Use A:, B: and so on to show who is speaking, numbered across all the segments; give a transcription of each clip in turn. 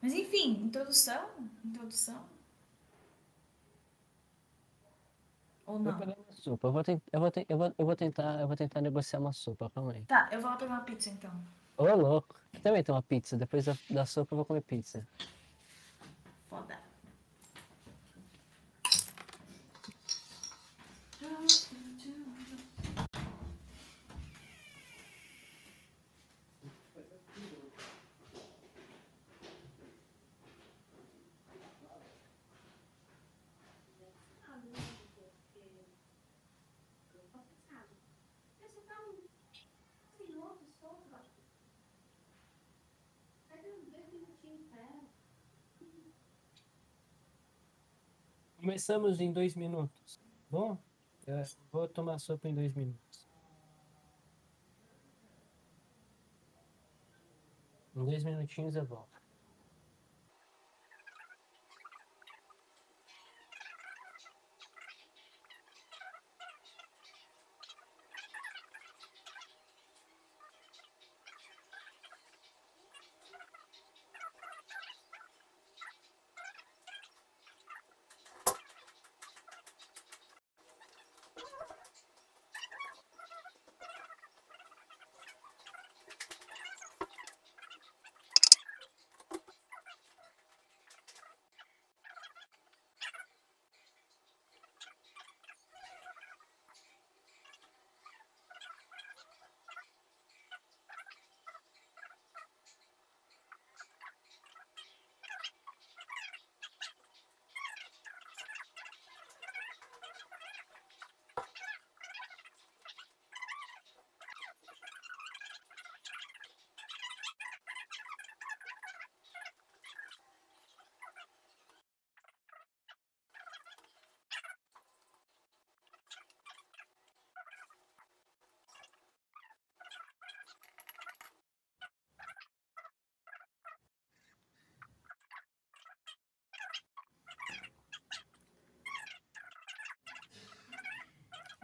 A: Mas enfim, introdução? Introdução? Ou
B: Eu
A: não?
B: vou pegar uma sopa. Eu vou, ten- eu vou ten- eu vou- eu vou tentar, eu vou tentar negociar uma sopa, calma aí.
A: Tá, eu vou lá pegar uma pizza então.
B: Ô, louco. Eu também tem uma pizza. Depois da, da sopa eu vou comer pizza.
A: Foda.
B: Começamos em dois minutos. Bom, eu vou tomar sopa em dois minutos. Em dois minutinhos eu volto.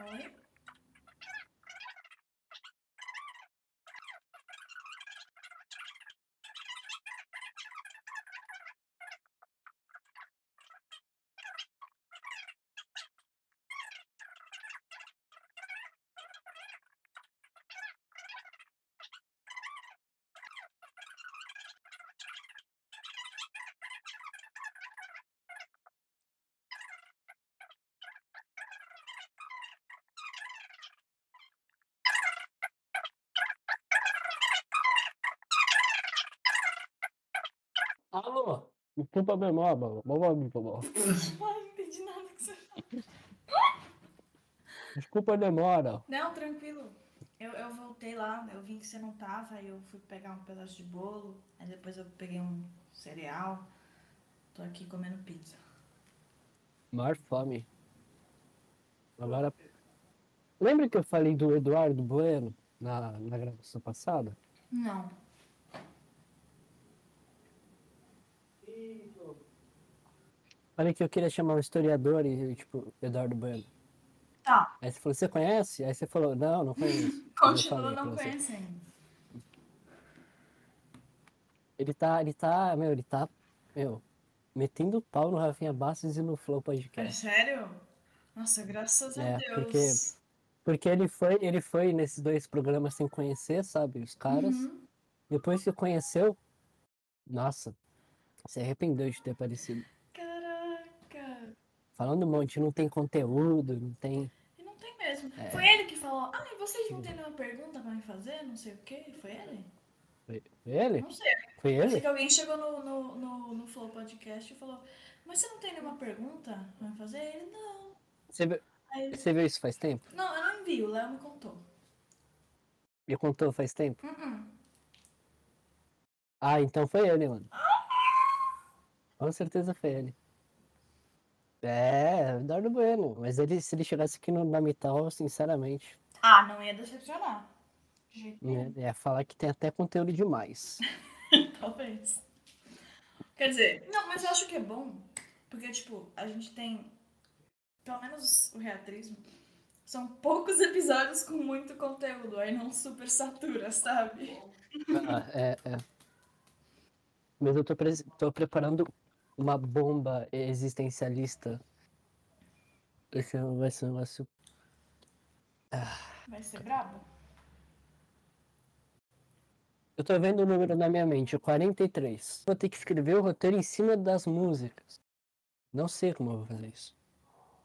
A: Oi?
B: Alô? Desculpa meu móvel. Móvel, meu móvel.
A: Ai, não entendi nada que você
B: Desculpa a demora.
A: Não, tranquilo. Eu, eu voltei lá, eu vi que você não tava, aí eu fui pegar um pedaço de bolo, aí depois eu peguei um cereal. Tô aqui comendo pizza.
B: Maior fome. Agora. Lembra que eu falei do Eduardo Bueno na, na gravação passada?
A: Não.
B: Falei que eu queria chamar um historiador e, tipo, Eduardo Bueno.
A: Tá,
B: Aí você falou, você conhece? Aí você falou, não, não conheço. Eu
A: continua
B: falei pra
A: não
B: você.
A: conhecendo.
B: Ele tá, ele tá, meu, ele tá, meu, metendo pau no Rafinha Bastos e no Flow
A: É
B: Podcast.
A: sério? Nossa, graças a
B: É,
A: Deus.
B: porque Porque ele foi, ele foi nesses dois programas sem conhecer, sabe, os caras.
A: Uhum.
B: Depois que conheceu, nossa, se arrependeu de ter aparecido.
A: Caraca.
B: Falando um monte, não tem conteúdo, não tem.
A: E não tem mesmo.
B: É.
A: Foi ele que falou, ah, e vocês não têm nenhuma pergunta pra me fazer? Não sei o quê. Foi ele?
B: Foi ele?
A: Não sei.
B: Foi
A: Eu sei
B: ele?
A: que alguém chegou no, no, no, no Flow Podcast e falou, mas você não tem nenhuma pergunta pra me fazer? Ele, não.
B: Você viu,
A: Aí ele,
B: você viu isso faz tempo?
A: Não, eu não vi, o Léo me contou.
B: Me contou faz tempo?
A: Uh-uh.
B: Ah, então foi ele, mano. Com certeza foi ele. É, Eduardo Bueno. Mas ele, se ele chegasse aqui no, na Mital, sinceramente,
A: Ah, não ia decepcionar. De jeito nenhum,
B: né, ia falar que tem até conteúdo demais.
A: talvez. Quer dizer, não, mas eu acho que é bom, porque, tipo, a gente tem, pelo menos o reatrismo, são poucos episódios com muito conteúdo, aí não super satura, sabe?
B: Ah, é, é. Ah, Mas eu tô, pres- tô preparando uma bomba existencialista. Esse vai ser um negócio.
A: Vai ser brabo?
B: Eu tô vendo o número na minha mente, 43. Vou ter que escrever o roteiro em cima das músicas. Não sei como eu vou fazer isso.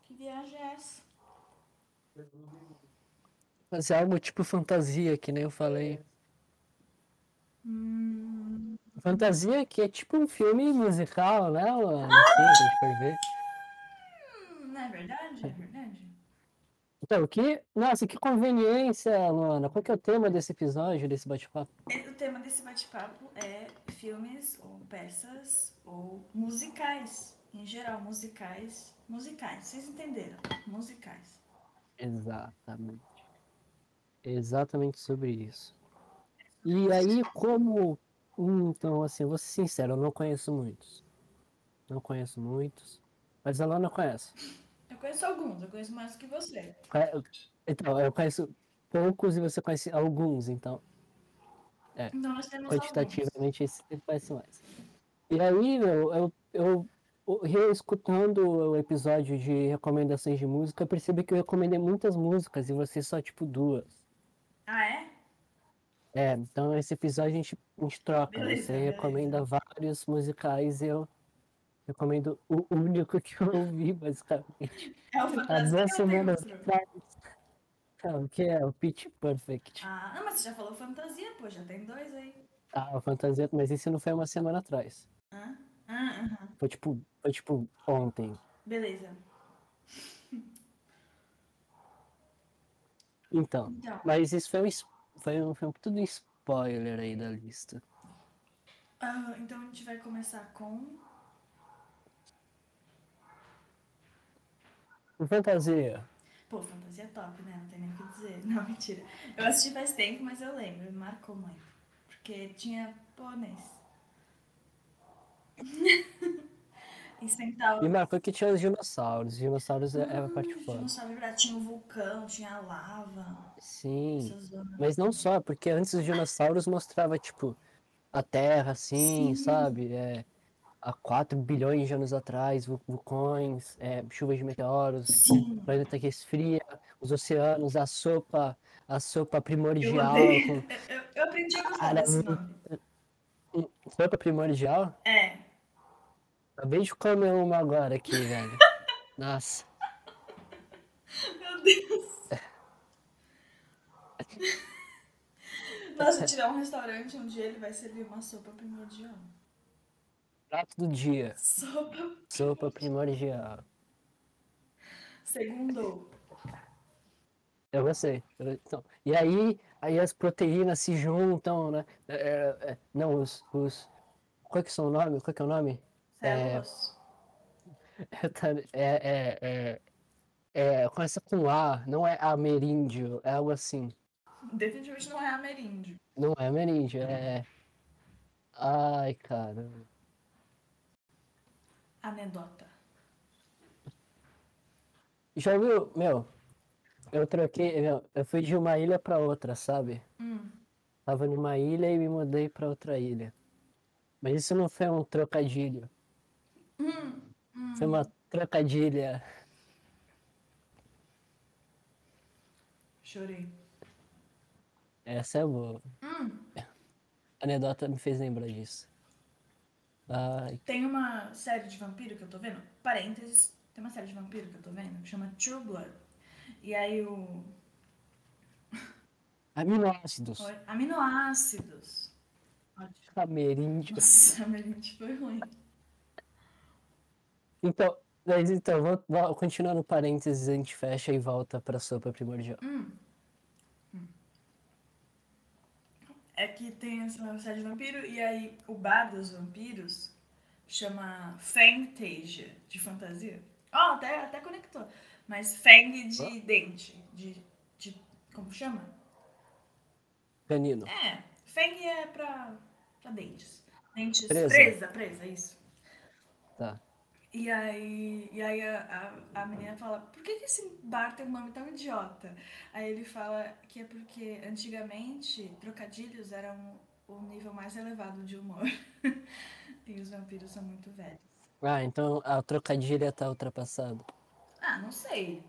A: Que viagem é essa?
B: Fazer algo tipo fantasia, que nem eu falei.
A: Hum,
B: Fantasia que é tipo um filme musical, né? Luan? Não sei, a gente pode ver.
A: não é verdade? É verdade?
B: Então, que. Nossa, que conveniência, Luana. Qual que é o tema desse episódio, desse bate-papo?
A: E O tema desse bate-papo é filmes ou peças ou musicais. Em geral, musicais. Musicais, vocês entenderam? Musicais.
B: Exatamente. Exatamente sobre isso. E aí, como. Hum, Então, assim, eu vou ser sincero, eu não conheço muitos. Não conheço muitos. Mas a Luana conhece.
A: Eu conheço alguns, eu conheço mais que você.
B: Conhe- Então, eu conheço poucos e você conhece alguns, então. É.
A: Então nós temos alguns.
B: quantitativamente esse parece mais. E aí, meu, eu, eu, eu reescutando o episódio de recomendações de música, eu percebi que eu recomendei muitas músicas e você só, tipo, duas.
A: Ah, é?
B: É, então esse episódio a gente, a gente troca. né?
A: Beleza,
B: você
A: beleza.
B: recomenda vários musicais e eu recomendo o único que eu ouvi, basicamente.
A: É o
B: Há
A: fantasia
B: Tá duas
A: ou tem
B: semanas
A: outro?
B: atrás. Não, que é o Pitch Perfect.
A: Ah, não, mas você já falou fantasia, pô, já tem dois aí.
B: Ah, o Fantasia, mas esse não foi uma semana atrás.
A: Ah, ah, aham.
B: Foi tipo, foi tipo ontem.
A: Beleza.
B: Então,
A: Então,
B: mas isso foi um, es- foi um, foi um tudo spoiler aí da lista.
A: ah, então a gente vai começar com.
B: O Fantasia.
A: Pô, fantasia é top, né? Não tem nem o que dizer. Não, mentira. Eu assisti faz tempo, mas eu lembro. Me marcou muito. Porque tinha pôneis. e
B: Me
A: centauro.
B: marcou que tinha os dinossauros. Os dinossauros é, é a parte
A: Não
B: foda.
A: sabe verdade. Tinha o vulcão, tinha a lava.
B: Sim.
A: Essas zonas.
B: Mas não só, porque antes os dinossauros mostrava, tipo, a Terra, assim,
A: Sim.
B: sabe? É, há 4 bilhões de anos atrás, vu- vulcões, é, chuvas de meteoros,
A: Sim.
B: o planeta que esfria, os oceanos, a sopa, a sopa
A: Eu,
B: primordial.
A: odeio.
B: com-
A: eu, eu- eu aprendi a gostar
B: Cara,
A: desse
B: muito-
A: nome.
B: Sopa primordial?
A: É.
B: Acabei de comer é uma agora aqui, velho. Nossa.
A: Meu Deus.
B: É.
A: Nossa, tiver um restaurante onde ele vai servir uma sopa primordial.
B: Prato do dia.
A: Sopa
B: Sopa primordial.
A: segundo.
B: Eu gostei. Eu- Então, e aí, aí as proteínas se juntam, né? É, é, é, não, os, os. Qual é que são o nome? Qual é que é o nome?
A: Células.
B: É, tá- é, é, é, é, começa com A, não é ameríndio, é algo assim.
A: Definitivamente não é ameríndio.
B: Não é ameríndio, é. Ai, cara.
A: Anedota.
B: Já viu, meu? Eu troquei, meu, eu fui de uma ilha pra outra, sabe?
A: Hum.
B: Tava numa ilha e me mudei pra outra ilha. Mas isso não foi um trocadilho.
A: Hum. Hum.
B: Foi uma trocadilha.
A: Chorei.
B: Essa é boa.
A: Hum.
B: A anedota me fez lembrar disso. Ai,
A: Tem uma série de vampiro que eu tô vendo. Parênteses. Tem uma série de vampiro que eu tô vendo que chama True Blood. E aí o.
B: aminoácidos.
A: Oi? Aminoácidos. Ótimo.
B: Ameríndio.
A: Nossa, ameríndio foi ruim.
B: Então, mas então, vou, vou continuar no parênteses, a gente fecha e volta pra sopa primordial.
A: Hum. É que tem essa série de vampiro e aí o bar dos vampiros chama Fantasia, de fantasia. Ó, até, até conectou. Mas Fang de dente, de, de... como chama?
B: Canino.
A: É, Fang é pra, pra dentes. Dentes,
B: Presa.
A: presa, presa, isso.
B: Tá.
A: E aí, e aí a, a, a menina fala, por que, que esse bar tem um nome tão idiota? Aí ele fala que é porque antigamente trocadilhos eram o nível mais elevado de humor. e os vampiros são muito velhos.
B: Ah, então a trocadilha tá ultrapassada.
A: Ah, não sei.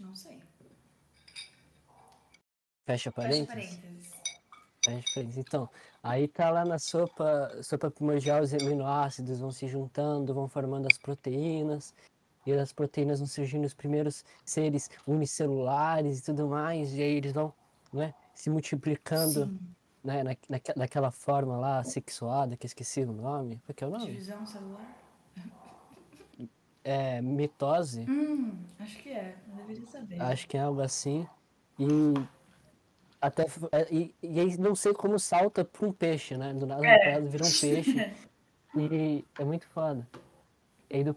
A: Não sei.
B: Fecha
A: Fecha
B: parênteses?
A: parênteses.
B: Fecha parênteses. Então, aí tá lá na sopa, sopa primordial, os aminoácidos vão se juntando, vão formando as proteínas. E das proteínas vão surgindo os primeiros seres unicelulares e tudo mais. E aí eles vão né, se multiplicando
A: Sim,
B: né, na, naque- daquela forma lá sexuada, que eu esqueci o nome. Qual que é o nome?
A: divisão celular?
B: É, mitose.
A: Hum, acho que é. Eu deveria saber.
B: Acho que é algo assim. E até f- é, e, e aí não sei como salta para um peixe, né? Do nada, do nada vira um peixe. E é muito foda. E aí, do-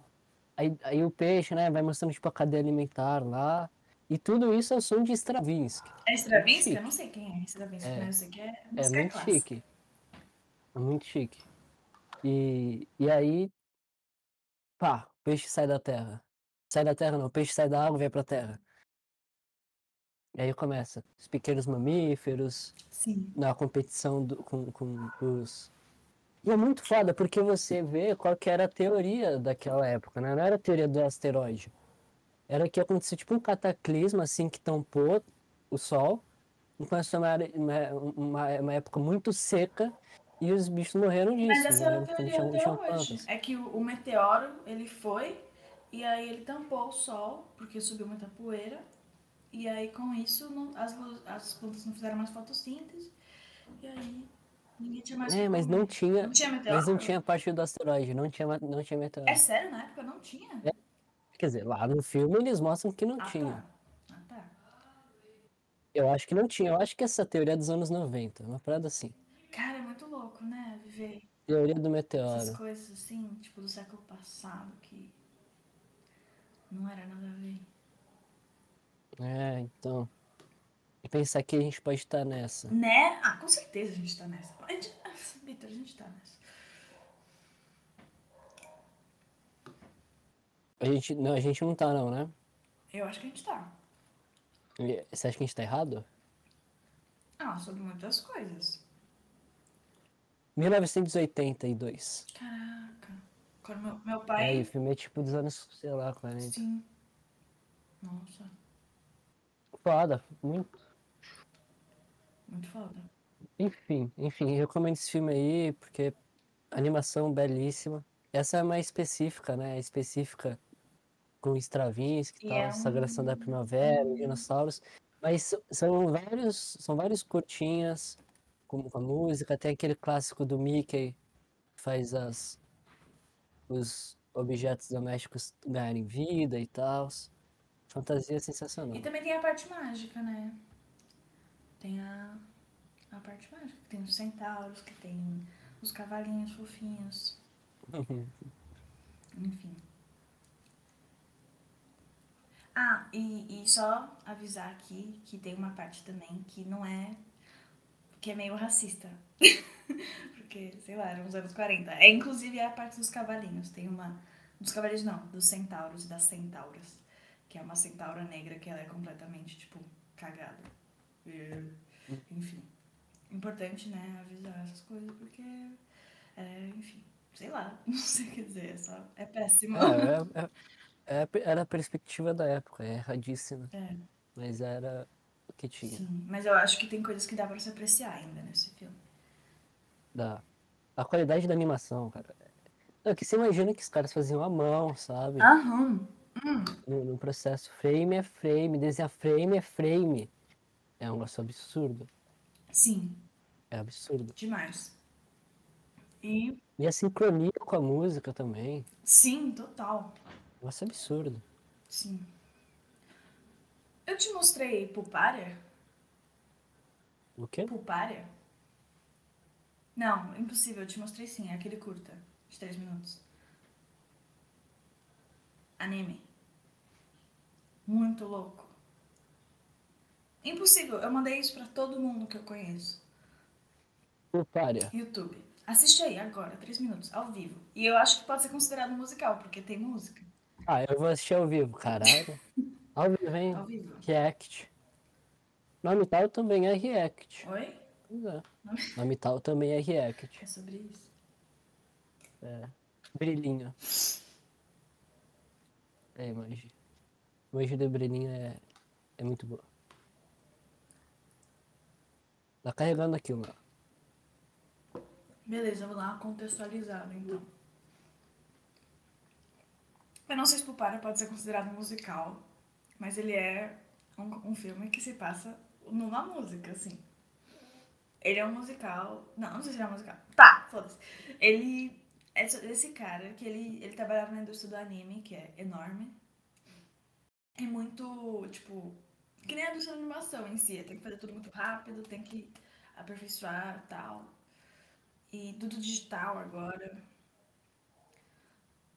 B: aí, aí o peixe, né, vai mostrando tipo a cadeia alimentar lá. E tudo isso é o som de Stravinsky.
A: É Stravinsky?
B: chique.
A: Eu não sei quem é Stravinsky,
B: É.
A: mas eu sei que é
B: É
A: música
B: muito
A: clássica.
B: chique. É muito chique. E, e aí, pá, o peixe sai da terra. Sai da terra não, o peixe sai da água e vai pra terra. E aí começa. Os pequenos mamíferos,
A: Sim.
B: na competição do- com, com os. E é muito foda, porque você vê qual que era a teoria daquela época, né? Não era a teoria do asteroide. Era que aconteceu tipo um cataclisma, assim, que tampou o Sol. E começou uma, área- uma, uma, uma época muito seca e os bichos morreram disso.
A: Mas essa é
B: né?
A: a
B: Então,
A: teoria
B: tinham- tinham
A: até hoje.
B: plantas.
A: É que o, o meteoro, ele foi, e aí ele tampou o sol, porque subiu muita poeira, e aí com isso não- as, lu- as plantas não fizeram mais fotossíntese, e aí ninguém tinha mais... o que
B: É, mas
A: comer.
B: não tinha.
A: Não tinha meteoro?
B: Mas não tinha parte do asteroide, não tinha, ma- não tinha meteoro.
A: É sério, na época não tinha?
B: Quer dizer, lá no filme eles mostram que É, não
A: ah,
B: tinha.
A: Tá. Ah, tá.
B: Eu acho que não tinha. Eu acho que essa teoria é dos anos 90, uma parada assim.
A: Cara, é muito louco, né? Viver
B: Teoria do
A: essas
B: meteoro.
A: coisas assim, tipo do século passado, que não era nada a ver.
B: É, então. E pensar que a gente pode estar nessa.
A: Né? Ah, com certeza a gente tá nessa. A gente... Ah, Vitor, a gente tá nessa.
B: A gente, não, a gente não tá, não, né?
A: Eu acho que a gente tá.
B: E Você acha que a gente tá errado?
A: Ah, sobre muitas coisas.
B: 1982.
A: Caraca. Quando meu, meu
B: Aí,
A: pai.
B: o filme é tipo dos anos, sei lá, 40.
A: Sim. Nossa,
B: Foda, muito.
A: muito foda.
B: Enfim, enfim, eu recomendo esse filme aí, porque é animação belíssima. Essa é mais específica, né? É Específica com Stravinsky e
A: E
B: tal,
A: é
B: Sagração da Primavera, Dinossauros. Mas so- são vários, são vários curtinhas com, com a música. Tem aquele clássico do Mickey que faz as, os objetos domésticos ganharem vida e tal. Fantasia sensacional.
A: E também tem a parte mágica, né? Tem a, a parte mágica, que tem os centauros, que tem os cavalinhos fofinhos. Enfim. Ah, e, e só avisar aqui que tem uma parte também que não é. que é meio racista. Porque, sei lá, eram os anos 40. É inclusive a parte dos cavalinhos. Tem uma. Dos cavalinhos não, dos centauros e das centauras. Que é uma centaura negra que ela é completamente, tipo, cagada. Enfim. Importante, né, avisar essas coisas, porque. É, enfim. Sei lá, não sei o que dizer, é só. É péssimo.
B: É, é- é- é- era a perspectiva da época, é erradíssima,
A: É,
B: mas era o que tinha.
A: sim. Mas eu acho que tem coisas que dá pra se apreciar ainda nesse filme.
B: da a qualidade da animação, cara. Não, que você imagina que os caras faziam à mão, sabe?
A: Ah. Aham.
B: No, no processo frame a frame, desenhar frame a frame. É um negócio absurdo.
A: Sim,
B: É absurdo.
A: demais. E
B: E a sincronia com a música também.
A: sim, total.
B: é um Negócio absurdo.
A: Sim. Eu te mostrei Pulpária?
B: O quê?
A: Pulpária? Não, impossível, eu te mostrei sim, é aquele curta, de 3 minutos. Anime. Muito louco. Impossível, eu mandei isso pra todo mundo que eu conheço.
B: Otária.
A: YouTube. Assiste aí agora, três minutos, ao vivo. E eu acho que pode ser considerado musical, porque tem música.
B: Ah, eu vou assistir ao vivo, caralho. Ao vivo, hein?
A: Ao vivo.
B: React. Nome tal também é React.
A: Oi?
B: Pois é. Namital também é react.
A: É sobre isso.
B: É. Brilhinho. É, emoji. Emoji do brilhinho é, é muito boa. Tá carregando aqui, mano.
A: Beleza, eu vou dar uma contextualizada então. Eu não sei se Pupara pode ser considerado musical, mas ele é um, um filme que se passa numa música, assim. Ele é um musical. Não, não sei se ele é um musical. Tá, foda-se. Ele. é so- Esse cara, que ele, ele trabalhava na indústria do anime, que é enorme. É muito, tipo. Que nem a indústria da animação em si. Tem que fazer tudo muito rápido, tem que aperfeiçoar e tal. E tudo digital agora.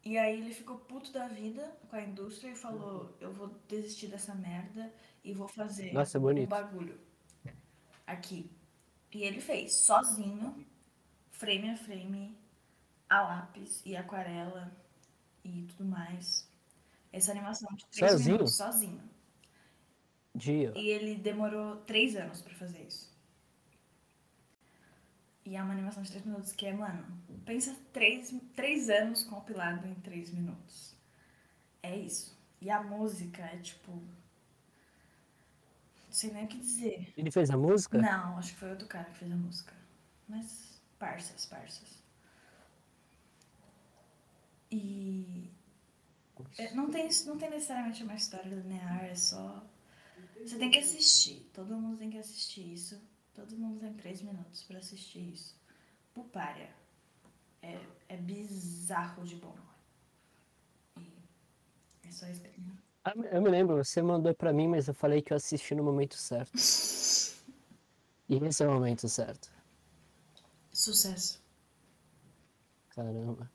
A: E aí ele ficou puto da vida com a indústria e falou: Eu vou desistir dessa merda e vou fazer
B: Nossa, é
A: um
B: bonito.
A: bagulho aqui. E ele fez sozinho, frame a frame, a lápis e aquarela e tudo mais. Essa animação de três
B: Sozinho?
A: minutos sozinho.
B: Dia.
A: E ele demorou três anos pra fazer isso. E é uma animação de três minutos que é, mano, pensa três, três anos compilado em três minutos. É isso. E a música é tipo. Não sei nem o que dizer.
B: Ele fez a música?
A: Não, acho que foi outro cara que fez a música. Mas parças, parças. E é, não tem, não tem necessariamente uma história linear, é só. Você tem que assistir. Todo mundo tem que assistir isso. Todo mundo tem três minutos pra assistir isso. Pupária. É, é bizarro de bom. E é só isso que eu tenho.
B: Ah, Eu me lembro, você mandou pra mim, mas eu falei que eu assisti no momento certo. E esse é o momento certo.
A: Sucesso.
B: Caramba.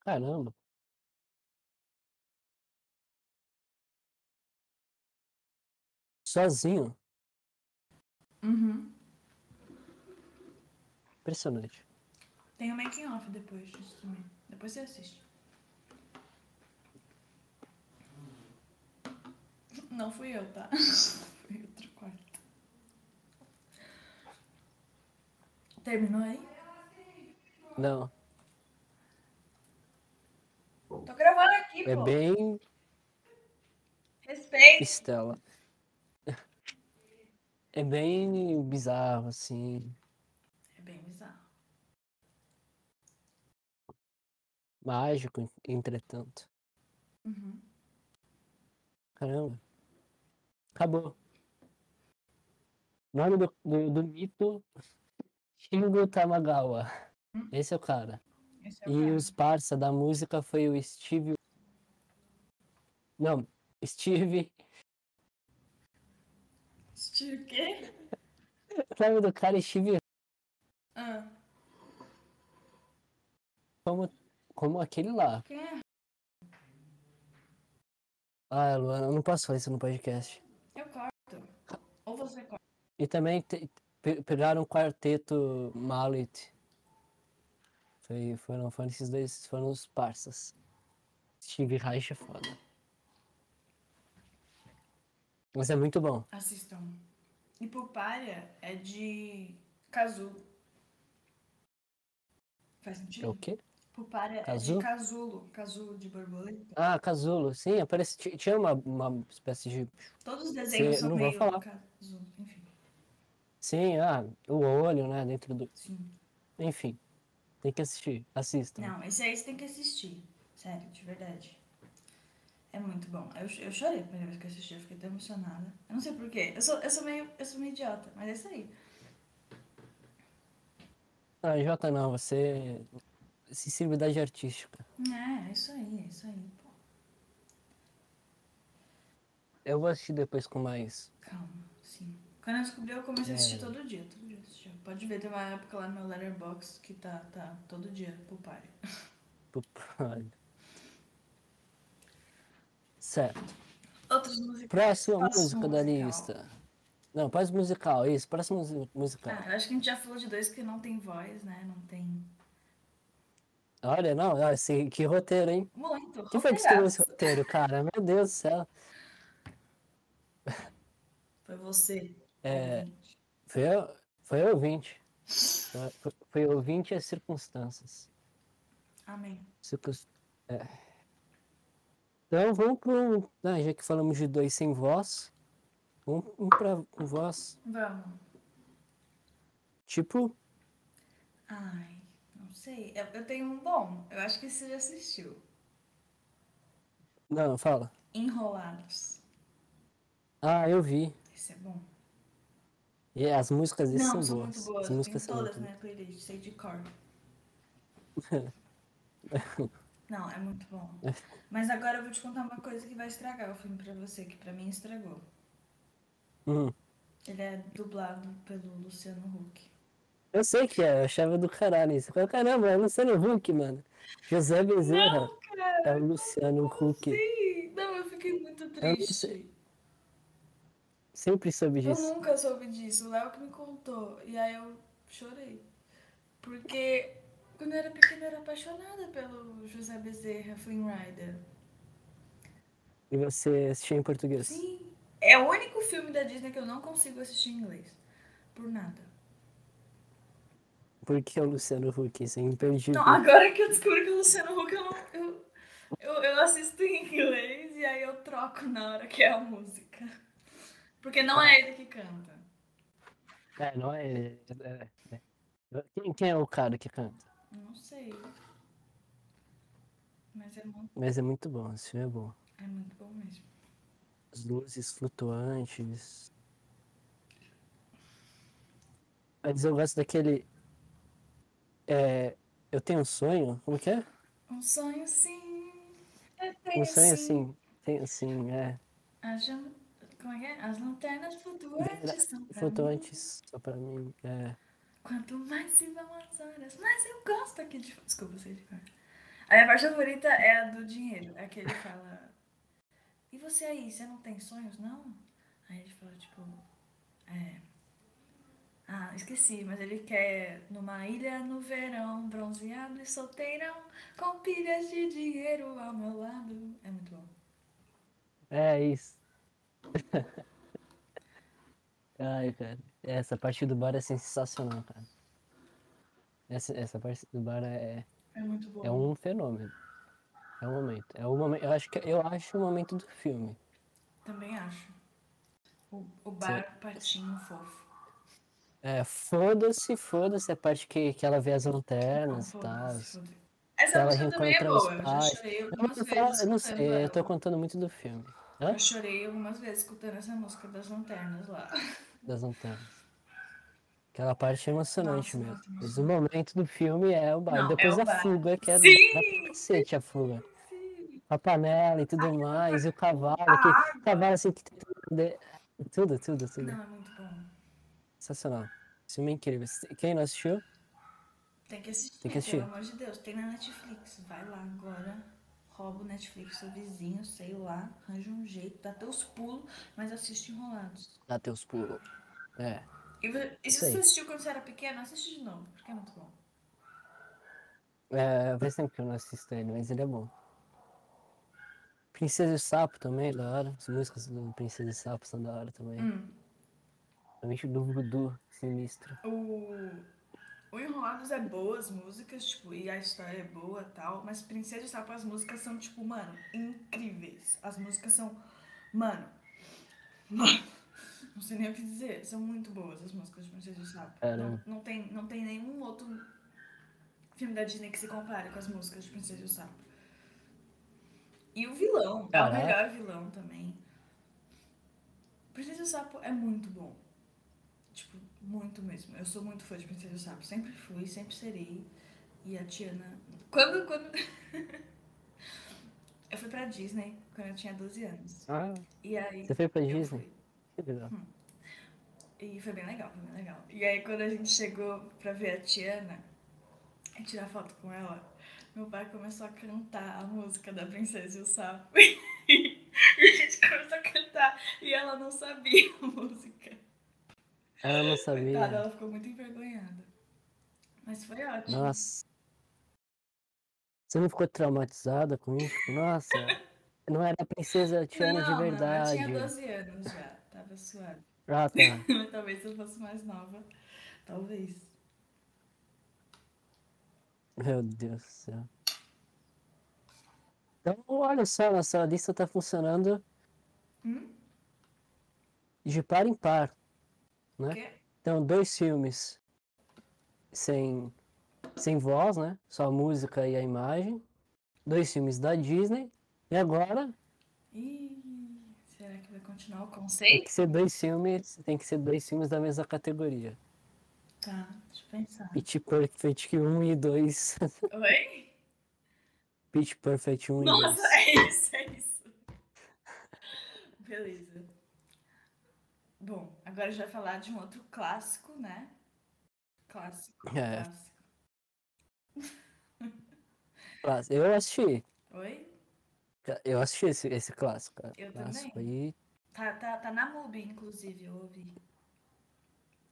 B: Caramba. Sozinho.
A: Uhum.
B: Impressionante.
A: Tem o making off depois disso também. Depois você assiste. Não fui eu, tá? Foi outro quarto. Terminou aí?
B: Não,
A: Tô gravando aqui,
B: é
A: pô.
B: bem
A: Respeito.
B: Estela. É bem bizarro, assim.
A: É bem bizarro.
B: Mágico, en- entretanto.
A: Uhum.
B: Caramba. Acabou. Nome do, do, do mito: Shingo Tamagawa. Esse é o cara.
A: Esse é o
B: E
A: cara.
B: os parça da música foi o Steve. Não, Steve.
A: Steve o quê?
B: O nome do cara é Steve.
A: Ah,
B: Como, como aquele lá.
A: quem é?
B: Ah, Luana, eu não posso falar isso no podcast.
A: Eu corto. Ou você corta.
B: E também te- pe- pegaram o quarteto Mallet. Foi, foram, foram esses dois, foram os parças. Steve Reich é foda. Mas é muito bom.
A: Assistam. E Pupária é de Casulo. Faz
B: É o
A: sentido?
B: quê?
A: Pupária é
B: Casulo?
A: de casulo. Casulo de borboleta.
B: Ah, Casulo. Sim, aparece, ti- tinha uma, uma espécie de.
A: Todos os desenhos
B: Cê
A: são
B: não vai
A: meio
B: falar.
A: casulo. Enfim,
B: Sim, ah, o olho, né? Dentro do.
A: sim.
B: Enfim. Tem que assistir. Assistam.
A: Não, esse aí você tem que assistir. Sério, de verdade. É muito bom. Eu, eu chorei a primeira vez que eu assisti. Eu fiquei tão emocionada. Eu não sei porquê. Eu sou, eu sou, meio, eu sou meio idiota, mas é isso aí.
B: Ah, Jota, não, você. Sensibilidade artística.
A: É, é isso aí, é isso aí. Pô,
B: Eu vou assistir depois com mais.
A: calma, sim. Quando eu descobri, eu comecei a assistir
B: É.
A: todo dia. Todo dia eu assistia. Pode ver, tem uma época lá no meu Letterboxd que tá, tá todo dia pro pai.
B: Olha. Certo.
A: Outras músicas.
B: Próxima
A: Próximo
B: música da
A: musical.
B: lista. Não, próximo musical, isso. Próximo musi- musical.
A: Ah, eu acho que a gente já falou de dois que não tem voz, né? Não tem.
B: Olha, não, olha, esse, que roteiro, hein?
A: Muito.
B: Quem foi que escreveu esse roteiro, cara? Meu Deus do céu.
A: Foi você.
B: É,
A: ouvinte.
B: foi, eu- foi eu ouvinte. Foi- Foi ouvinte as circunstâncias.
A: Amém.
B: Circun- é. Então vamos pro. Ah, já que falamos de dois sem voz, vamos um pra com voz.
A: Vamos.
B: Tipo,
A: Ai, não sei. Eu, eu tenho um bom. Eu acho que você já assistiu.
B: não, fala.
A: Enrolados.
B: Ah, eu vi.
A: Esse é bom.
B: E as músicas desse
A: não,
B: são
A: são
B: boas.
A: muito boas.
B: As
A: Eu
B: músicas
A: tenho
B: são
A: todas né?
B: muito
A: na minha playlist, sei de cor. não, é muito bom. Mas agora eu vou te contar uma coisa que vai estragar o filme pra você, que pra mim estragou.
B: Hum.
A: Ele é dublado pelo Luciano Huck.
B: Eu sei que é, eu achava do caralho isso. Eu falei, Caramba, é o Luciano Huck, mano. José Bezerra
A: cara,
B: é o Luciano Huck.
A: sim! Não, eu fiquei muito
B: não
A: triste.
B: sei Sempre soube
A: Eu,
B: disso.
A: nunca soube disso. O Léo que me contou. E aí eu chorei. Porque quando eu era pequena eu era apaixonada pelo José Bezerra, Flynn Rider.
B: E você assistia em português.
A: Sim. É o único filme da Disney que eu não consigo assistir em inglês. Por nada.
B: Por que o Luciano Huck? Isso é imperdível.
A: Não, Então, agora que eu descubro que o Luciano Huck eu não. Eu, eu, eu assisto em inglês e aí eu troco na hora que é a música. Porque não
B: Tá.
A: é ele que canta.
B: É, não é. é- é- é. Quem, quem é o cara que canta?
A: Não sei. Mas é muito,
B: Mas é muito bom, esse filme é bom.
A: é muito bom mesmo.
B: As luzes flutuantes. Mas eu gosto daquele. É, eu tenho um sonho? Como que é?
A: Um sonho sim. Eu
B: Um
A: tenho
B: sonho
A: sim.
B: assim. Tenho assim, é.
A: As, jan- como é que é? As lanternas flutuantes são pra mim.
B: Flutuantes, só pra mim. É.
A: Quanto mais se vão as horas, mais eu gosto aqui de. Desculpa, sei de cor. A minha parte favorita é a do dinheiro. É que ele fala. E você aí, você não tem sonhos, não? Aí ele fala, tipo. É. Ah, esqueci, mas ele quer numa ilha no verão, bronzeado e solteirão, com pilhas de dinheiro ao meu lado. É muito bom.
B: É isso. Ai, cara. Essa parte do bar é sensacional, cara. Essa, essa parte do bar é,
A: É muito bom.
B: é um fenômeno. É um momento. É o momento. Eu acho que eu acho o momento do filme.
A: Também acho. O, o bar patinho fofo.
B: É, foda-se, foda-se a parte que, que ela vê as lanternas e
A: Foda-se,
B: tal.
A: foda-se. Essa
B: Ela
A: música também é
B: reencontra os
A: boa. Eu já
B: pais.
A: chorei
B: Eu não,
A: algumas
B: vou
A: vezes.
B: falar- eu não
A: escutando
B: sei, eu tô
A: ela.
B: contando muito do filme. Hã?
A: Eu chorei algumas vezes escutando essa música das lanternas lá.
B: Das lanternas. Aquela parte é emocionante
A: Nossa,
B: mesmo.
A: muito
B: Mas o momento do filme é o bar.
A: Não, é
B: Depois
A: o
B: a
A: bar.
B: fuga, que é
A: Sim!
B: da cacete a fuga. A panela e tudo mais, e o cavalo,
A: Ah,
B: que, o cavalo assim que tem tudo, tudo, tudo.
A: Não, é muito bom.
B: Sensacional. Esse filme é incrível. Se- Quem não assistiu?
A: Tem que assistir,
B: Tem que assistir.
A: pelo amor de Deus. Tem na Netflix. Vai lá agora. Rouba o Netflix, seu vizinho, sei lá. Arranja um jeito, dá teus pulos, mas assiste enrolados.
B: Dá teus pulos. É.
A: E, vo- e
B: Isso
A: se
B: aí.
A: você assistiu quando você era pequeno, assiste de novo, porque é muito bom.
B: É, faz tempo que eu não assisto ele, mas ele é bom. Princesa e o Sapo também, é da hora. As músicas do Princesa e o Sapo são da hora também.
A: Hum.
B: Principalmente do Voodoo, sinistro.
A: O, o Enrolados é boas músicas, tipo, e a história é boa e tal, mas Princesa e Sapo, as músicas são, tipo, mano, incríveis. As músicas são, mano, mano, não sei nem o que dizer, são muito boas as músicas de Princesa e Sapo. Não,
B: Caramba.
A: não, tem, não tem nenhum outro filme da Disney que se compare com as músicas de Princesa e Sapo. E o vilão, é o
B: Caraca.
A: melhor vilão também. Princesa e o Sapo é muito bom. Tipo, muito mesmo. Eu sou muito fã de Princesa e o Sapo. Sempre fui, sempre serei. E a Tiana. Quando. quando... eu fui pra Disney quando eu tinha 12 anos.
B: Ah,
A: E aí.
B: você foi pra
A: eu
B: Disney?
A: fui.
B: Que legal.
A: Hum. E foi bem legal, foi bem legal. E aí quando a gente chegou pra ver a Tiana e tirar foto com ela, meu pai começou a cantar a música da Princesa e o Sapo. e a gente começou a cantar e ela não sabia a música.
B: Ah, eu não
A: Coitada,
B: sabia.
A: ela ficou muito envergonhada. Mas foi ótimo.
B: Nossa. Você não ficou traumatizada com isso? Tipo, Nossa, não era a princesa Tiana de
A: Não, eu
B: verdade.
A: tinha 12 anos já. Tava suave.
B: Ah, tá.
A: Talvez se eu fosse mais nova. Talvez.
B: Meu Deus do céu. Então, olha só, nossa lista tá funcionando
A: Hum?
B: de par em par.
A: O
B: Né?
A: quê?
B: Então, dois filmes sem, sem voz, né? Só a música e a imagem. Dois filmes da Disney. E agora,
A: Ih, será que vai continuar o
B: tem
A: conceito?
B: que ser dois filmes, tem que ser dois filmes da mesma categoria.
A: Tá, deixa eu pensar.
B: Pitch Perfect 1 e 2.
A: Oi?
B: Pitch Perfect 1 e 2.
A: Nossa, é isso, é isso. Beleza. Bom, agora a gente vai falar de um outro clássico, né? Clássico,
B: É.
A: clássico.
B: Clássico. Eu assisti.
A: Oi?
B: Eu assisti esse, esse clássico. cara.
A: Eu
B: clássico
A: também.
B: aí.
A: Tá, tá, tá na MUBI, inclusive, eu ouvi.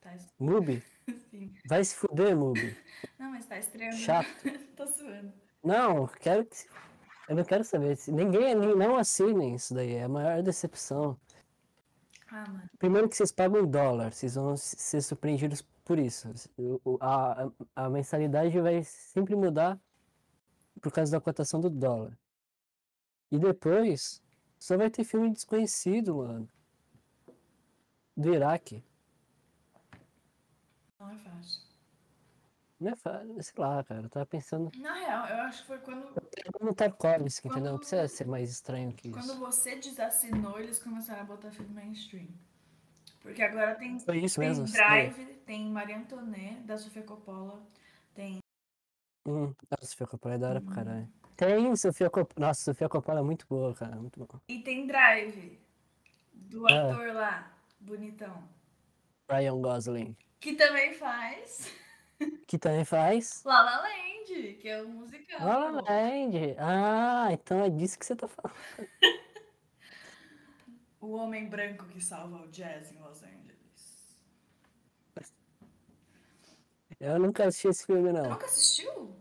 A: Tá es-
B: Mubi,
A: sim.
B: vai se fuder, Mubi.
A: Não, mas tá estreando.
B: Chato.
A: Tô suando.
B: Não, quero que. se- Eu não quero saber. Se- Ninguém nem- não assinem isso daí. É a maior decepção.
A: Ah, mano.
B: Primeiro que vocês pagam em dólar, vocês vão s- ser surpreendidos por isso. O- o- A, a, a mensalidade vai sempre mudar por causa da cotação do dólar. E depois, só vai ter filme desconhecido, mano. Do Iraque.
A: Não é fácil.
B: Não é fa- sei lá, cara. Eu tava pensando
A: Na real, eu acho que foi quando,
B: no Tarkovsky, entendeu? Não
A: Quando-
B: precisa ser mais estranho que
A: quando
B: isso.
A: você desassinou, eles começaram a botar filme mainstream. Porque agora tem
B: Foi isso
A: Tem
B: mesmo. sim.
A: Drive, tem Maria Antoinette, da Sofia Coppola. Tem.
B: Hum, nossa, Sofia Coppola é da hora pra
A: Uhum.
B: caralho. Tem Sofia Coppola. Nossa, Sofia Coppola é muito boa, cara. Muito boa.
A: E tem Drive, do
B: Ah.
A: ator lá, bonitão.
B: Ryan Gosling.
A: Que também faz
B: Que também faz.
A: La La Land, que é um musical.
B: La La Land. Ah, então é disso que você tá falando.
A: O homem branco que salva o jazz em Los Angeles.
B: Eu nunca assisti esse filme,
A: Você
B: não.
A: nunca assistiu?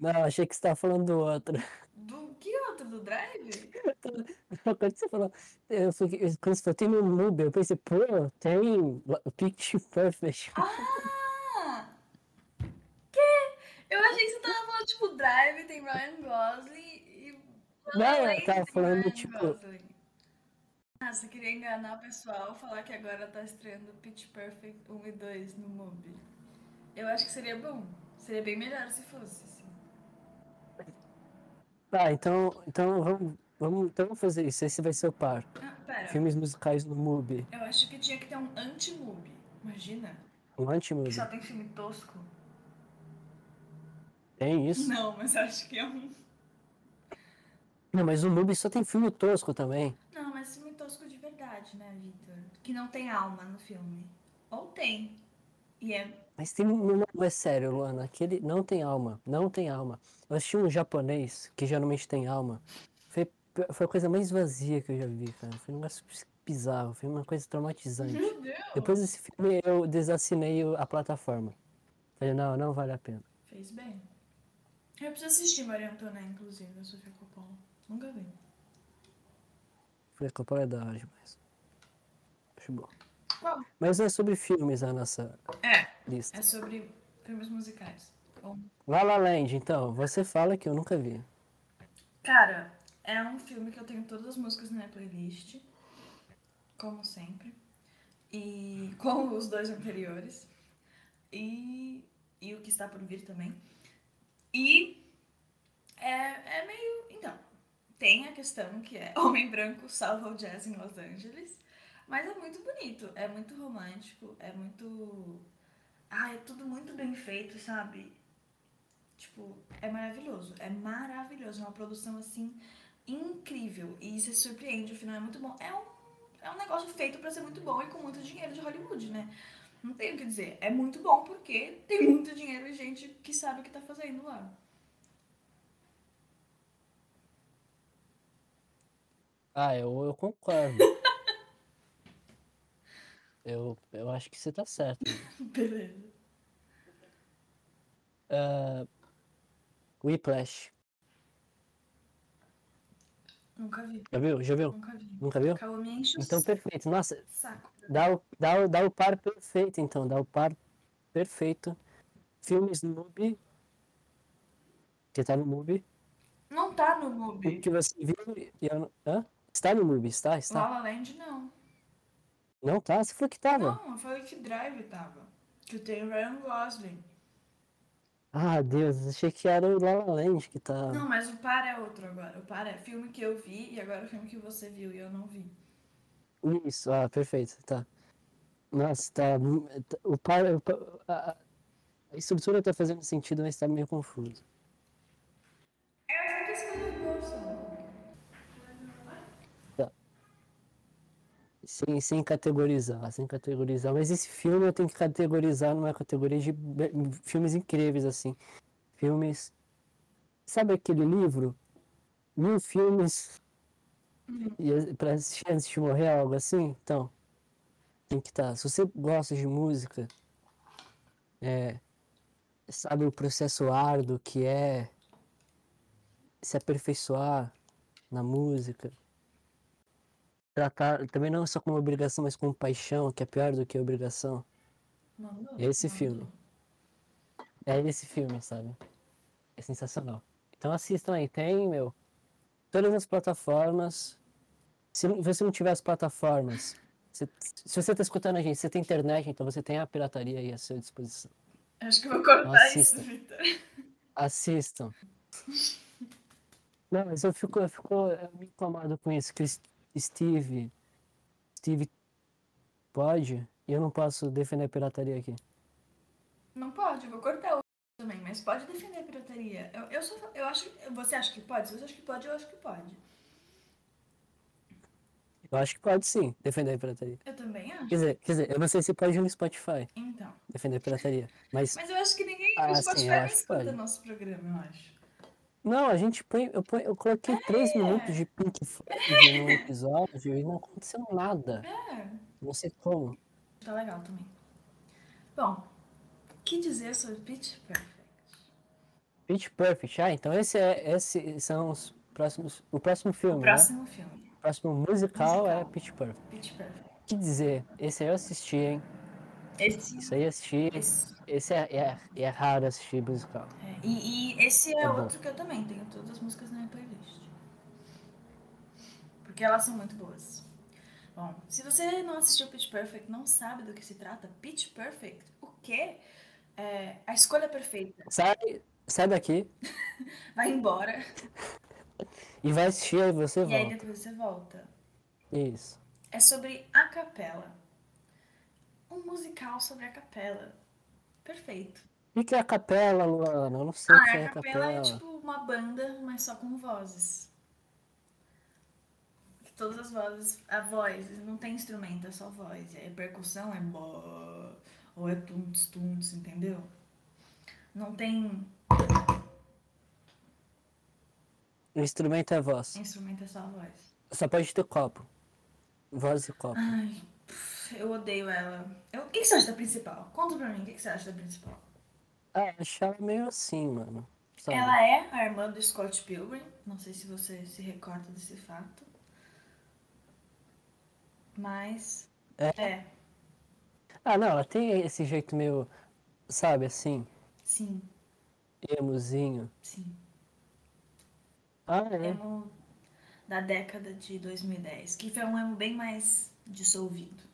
B: Não, achei que você tava falando do outro.
A: Do que outro? Do Drive?
B: Quando você falou. Eu fiquei, quando você falou, tem no Mubi, eu pensei, pô, tem Picture Perfect.
A: Ah! Que? Eu achei que você tava falando, tipo, Drive, tem Ryan Gosling e.
B: Não,
A: La La
B: eu
A: Land
B: tava
A: tem
B: falando,
A: Ryan
B: tipo-
A: Gosling. Ah, você queria enganar o pessoal, falar que agora tá estreando Pitch Perfect 1 e 2 no MUBI. Eu acho que seria bom. Seria bem melhor se fosse, assim.
B: Tá, então, então vamos, vamos, então vamos fazer isso. Esse vai ser o par.
A: Ah, pera.
B: Filmes musicais no Mubi.
A: Eu acho que tinha que ter um anti-MUBI. Imagina.
B: Um
A: Que
B: anti-Mubi.
A: só tem filme tosco.
B: Tem isso?
A: Não, mas eu acho que é um.
B: Não, mas o Mubi só tem filme tosco também.
A: Não, mas filme tosco de verdade, né, Vitor? Que não tem alma no filme. Ou tem. E é.
B: Mas tem um. não, não, É sério, Luana. Aquele não tem alma. Não tem alma. Eu assisti um japonês, que geralmente tem alma. Foi, foi a coisa mais vazia que eu já vi, cara. Foi um negócio bizarro. Foi uma coisa traumatizante.
A: Meu Deus!
B: Depois desse filme, eu desassinei o- a plataforma. Falei, não, não vale a pena.
A: Fez bem. Eu preciso assistir Maria Antoinette, inclusive, da Sofia Coppola. Nunca vi.
B: Falei, Coppola é da hora demais. Acho bom.
A: Bom.
B: Mas não é sobre filmes a nossa
A: É,
B: lista.
A: é sobre filmes musicais. Bom,
B: La La Land, então. Você fala que eu nunca vi.
A: cara, é um filme que eu tenho todas as músicas na minha playlist. Como sempre. E como os dois anteriores. E, e o que está por vir também. E é, é meio. Então, tem a questão que é Homem Branco salva o jazz em Los Angeles. Mas é muito bonito, é muito romântico, é muito. Ah, é tudo muito bem feito, sabe? Tipo, é maravilhoso, é maravilhoso. É uma produção assim incrível e se surpreende. O final é muito bom. É um, é um negócio feito pra ser muito bom e com muito dinheiro de Hollywood, né? Não tenho o que dizer. É muito bom porque tem muito dinheiro e gente que sabe o que tá fazendo lá.
B: Ah, eu, eu concordo. eu, eu acho que você tá certo.
A: Beleza.
B: Ah, Whiplash.
A: Nunca vi.
B: Já viu? Já viu?
A: Nunca vi.
B: Nunca viu?
A: Calma, me enche o
B: Então, perfeito. Nossa,
A: saco.
B: Dá o, dá, o, dá o par perfeito, então. Dá o par perfeito. Filmes noob. Que tá no Mubi.
A: Não tá no
B: O
A: Mubi.
B: que você viu. e eu não- hã? Está no Mubi, está? está.
A: La La Land, não.
B: Não tá? Você falou que tava.
A: Não, eu falei que Drive tava. Que tem o Ryan Gosling.
B: Ah, Deus. Achei que era o La La Land que tá.
A: Não, mas o Par é outro agora. O Par é filme que eu vi e agora o filme que você viu e eu não vi.
B: Isso, ah, perfeito. Tá. Nossa, tá. mu- tá- O par. o par- a, a- a estrutura tá fazendo sentido, mas tá meio confuso.
A: É a questão do Wilson.
B: Sem, sem categorizar, sem categorizar. Mas esse filme eu tenho que categorizar numa categoria de be- filmes incríveis, assim. Filmes. Sabe aquele livro? Mil filmes e as- pra assistir antes de morrer, algo assim? Então, tem que estar. Se você gosta de música, é, sabe o processo árduo que é se aperfeiçoar na música tratar também não só como obrigação, mas como paixão, que é pior do que obrigação.
A: Mandou?
B: Esse
A: Mandou.
B: filme. É esse filme, sabe? É sensacional. Então assistam aí, tem, meu, todas as plataformas. Se não- você não tiver as plataformas, se, se você tá escutando a gente, você tem internet, então você tem a pirataria aí à sua disposição.
A: Acho que eu vou cortar
B: Assista.
A: isso, Vitor.
B: Assistam. Não, mas eu fico, eu fico eu me incomodado com isso, que o S- Steve. Steve pode, e eu não posso defender a pirataria aqui.
A: Não pode, eu vou cortar o também, mas pode defender a pirataria. Eu, eu, sou, eu acho. Você acha que pode? Se você acha que pode, eu acho que pode.
B: Eu acho que pode sim defender a pirataria.
A: Eu também
B: Quer
A: acho.
B: dizer, quer dizer, eu não sei se pode no Spotify
A: Então.
B: defender a pirataria. Mas.
A: Mas eu acho que ninguém
B: Ah,
A: no
B: sim,
A: Spotify
B: eu
A: nem
B: acho que
A: escuta
B: pode.
A: nosso programa, eu acho.
B: Não, a gente põe. Eu, põe- eu coloquei três minutos de Pink Floyd no episódio e não aconteceu nada.
A: É,
B: Não sei como.
A: tá legal também. Bom, o que dizer sobre Pitch Perfect?
B: Pitch Perfect. Ah, então esse é. Esse são os próximos. O próximo filme,
A: O
B: né?
A: próximo filme,
B: O próximo musical, é
A: Musical.
B: Pitch Perfect.
A: Pitch Perfect.
B: O que dizer? Esse aí eu assisti, hein?
A: Esse.
B: Isso aí eu assisti.
A: esse
B: Esse é, é, é raro assistir musical.
A: é, e, e esse é
B: Tá bom.
A: outro que eu também tenho todas as músicas na minha playlist. Porque elas são muito boas. Bom, se você não assistiu Pitch Perfect, não sabe do que se trata, Pitch Perfect, o quê? É, a escolha perfeita.
B: Sai, sai daqui
A: Vai embora
B: e vai assistir, aí você
A: e aí
B: volta.
A: depois você volta.
B: Isso.
A: é sobre a capela. Um musical sobre a capela. Perfeito.
B: O que que é a capela, Luana? Eu não sei o que é
A: a
B: a
A: capela é
B: capela.
A: tipo uma banda, mas só com vozes. Que Todas as vozes, a voz, não tem instrumento, é só voz. É percussão, é bo... ou é tuntos, tuntos, entendeu? Não tem
B: O instrumento é voz.
A: instrumento, é só voz.
B: Só pode ter copo. Voz e copo.
A: Ai, puf, eu odeio ela. Eu- O que que você acha da principal? Conta pra mim, o que que você acha da principal?
B: Ah, eu achava meio assim, mano. Sabe?
A: Ela é a irmã do Scott Pilgrim. Não sei se você se recorda desse fato. Mas. É.
B: Ah, não, ela tem esse jeito meio, sabe, assim,
A: sim,
B: emozinho.
A: sim.
B: Ah, é.
A: Emo da década de 2010. Que foi um emo bem mais dissolvido.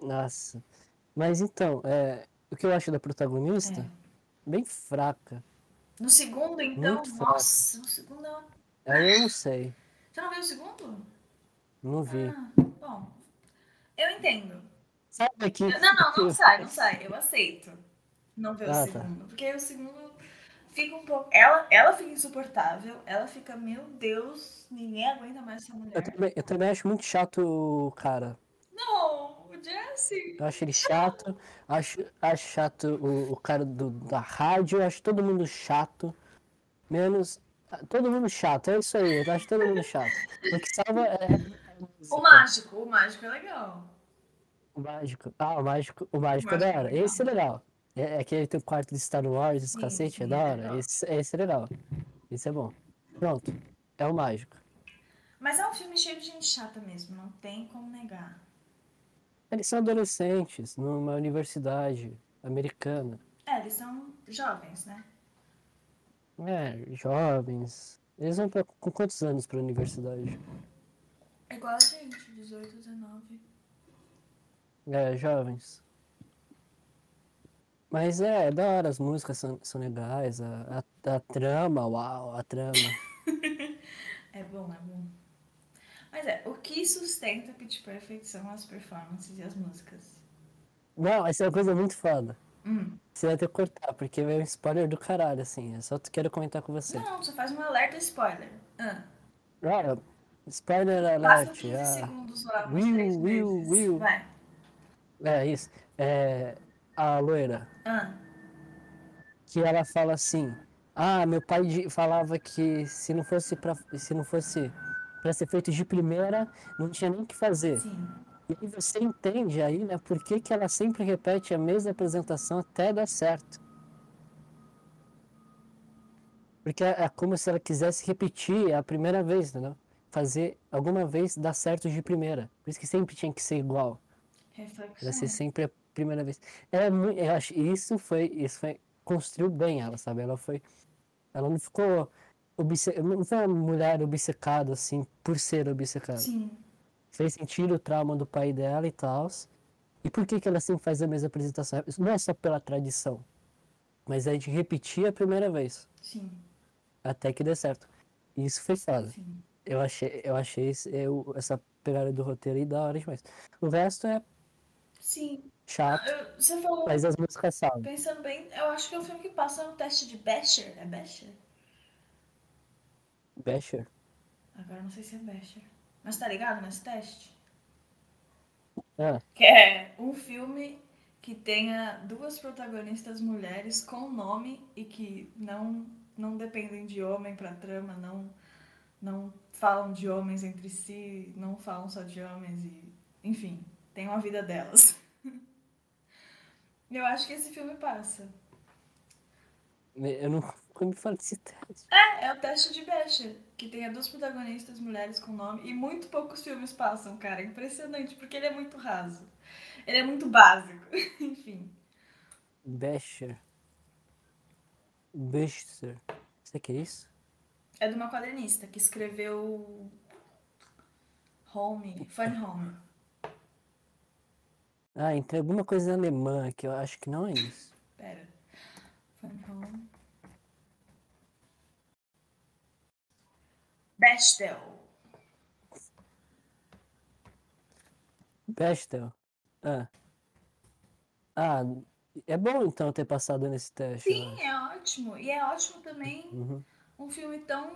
A: É.
B: Nossa. Mas então, é, o que eu acho da protagonista?
A: É.
B: Bem fraca.
A: No segundo, então,
B: Muito fraco.
A: nossa, no segundo. é uma-
B: Aí eu não sei.
A: Você não viu o segundo?
B: Não vi.
A: Ah, bom. Eu entendo.
B: Sai daqui.
A: Eu- Não, não, não sai, não sai. Eu aceito não ver
B: Ah,
A: o
B: tá.
A: segundo. Porque o segundo fica um pouco. Ela, ela fica insuportável, ela fica, meu Deus, ninguém aguenta mais essa mulher.
B: Eu também, eu também acho muito chato o cara.
A: Não, o Jesse.
B: Eu acho ele chato, acho, acho chato o, o cara do, da rádio, eu acho todo mundo chato. Menos. ah, Todo mundo chato, é isso aí, eu acho todo mundo chato. O que salva é. é música,
A: O mágico, o mágico é legal.
B: o mágico. Ah, o mágico, o mágico é da
A: mágico é
B: hora.
A: legal.
B: Esse é legal. É, é aquele teu quarto de Star Wars, esse
A: Sim,
B: cacete, é
A: sim,
B: da
A: é
B: hora.
A: legal.
B: Esse, esse é legal. Esse é bom. Pronto. É o mágico.
A: Mas é um filme cheio de gente chata mesmo, não tem como negar.
B: Eles são adolescentes numa universidade americana.
A: É, eles são jovens, né?
B: É, jovens. Eles vão pra, com quantos anos pra universidade?
A: É igual a gente, 18, 19.
B: É, jovens. Mas é, é da hora, as músicas são, são legais, a, a, a trama, uau, a trama.
A: É bom, é bom. Mas é, o que sustenta Pitch Perfect são as performances e as músicas.
B: Não, essa é uma coisa muito foda.
A: Hum.
B: Você vai ter que cortar, porque é um spoiler do caralho, assim. Eu só quero comentar com você.
A: Não, só faz um alerta spoiler. Ah,
B: Ah, spoiler
A: passa
B: alert.
A: 15
B: ah.
A: segundos lá.
B: Will,
A: Will, três
B: will,
A: vezes.
B: will.
A: Vai.
B: É isso. É, a loira.
A: Ah,
B: que ela fala assim: "Ah, meu pai di- falava que se não fosse para se não fosse para ser feito de primeira, não tinha nem o que fazer".
A: sim.
B: E aí você entende aí, né, por que que ela sempre repete a mesma apresentação até dar certo? Porque é é como se ela quisesse repetir a primeira vez, entendeu? Fazer alguma vez dar certo de primeira. Por isso que sempre tinha que ser igual. Pra ser
A: Reflexão.
B: sempre a primeira vez. Ela é muito, eu acho, isso foi, isso foi, construiu bem ela, sabe? Ela foi, ela não ficou, obce- não foi uma mulher obcecada, assim, por ser obcecada.
A: Sim.
B: Fez sentir o trauma do pai dela e tal. E por que que ela sempre faz a mesma apresentação? Isso Não é só pela tradição, mas é de repetir a primeira vez,
A: Sim,
B: até que dê certo. E isso foi foda.
A: sim.
B: Eu achei, eu achei esse- eu- essa pegada do roteiro aí da hora demais. O resto é
A: Sim.
B: chato,
A: Eu- você falou,
B: mas as músicas salvam.
A: pensando bem, eu acho que é um filme que passa no teste de Becher. É Becher?
B: Basher?
A: Agora eu não sei se é Becher. Mas tá ligado nesse teste?
B: Ah,
A: Que é um filme que tenha duas protagonistas mulheres com nome e que não, não dependem de homem pra trama, não, não falam de homens entre si, não falam só de homens e. Enfim, tem uma vida delas. Eu acho que esse filme passa.
B: eu não como me falo desse teste.
A: É o teste de Becher, que tem duas protagonistas mulheres com nome e muito poucos filmes passam, cara. É Impressionante, porque ele é muito raso. Ele é muito básico. Enfim.
B: Basher. Basher. Será que é isso?
A: É de uma quadrinista que escreveu Home, Fun Home.
B: Ah, entre alguma coisa alemã que eu acho que não é isso.
A: Pera. Fun Home. Bestel.
B: Bastel. Ah. Ah, é bom então ter passado nesse teste. eu
A: Sim, é ótimo. E é ótimo também
B: acho. Uhum.
A: um filme tão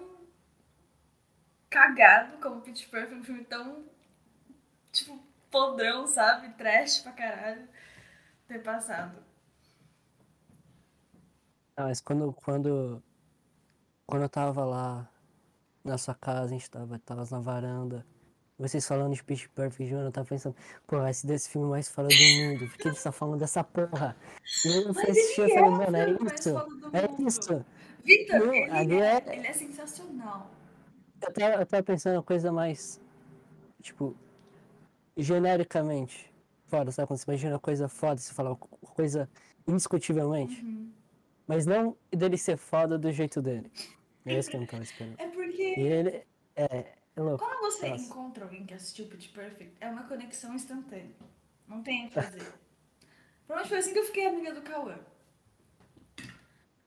A: cagado como Pitch Perfect, um filme tão tipo podrão, sabe? Trash pra caralho ter passado.
B: Ah, mas quando, quando, quando eu tava lá na sua casa, a gente tava, tava na varanda, vocês falando de Pitch Perfect, Joana, eu tava pensando, pô, esse desse filme mais fora do mundo, por que eles estão falando dessa porra? E aí eu fui
A: Mas
B: assistir e
A: ele é
B: falei,
A: o
B: mano, é
A: filme mais
B: isso,
A: foda do
B: é
A: mundo.
B: isso.
A: Victor,
B: Não,
A: ele,
B: ali é-
A: é, ele é sensacional.
B: Eu tava, eu tava pensando uma coisa mais, tipo, genericamente foda, sabe? Quando você imagina uma coisa foda, você fala uma co- coisa indiscutivelmente,
A: Uhum.
B: mas não dele ser foda do jeito dele. É isso que eu não tava esperando.
A: É porque
B: E ele é, é louco.
A: Quando você
B: Nossa.
A: encontra alguém que assistiu Pitch Perfect, é uma conexão instantânea. Não tem o que fazer. Provavelmente foi assim que eu fiquei amiga do Cauã.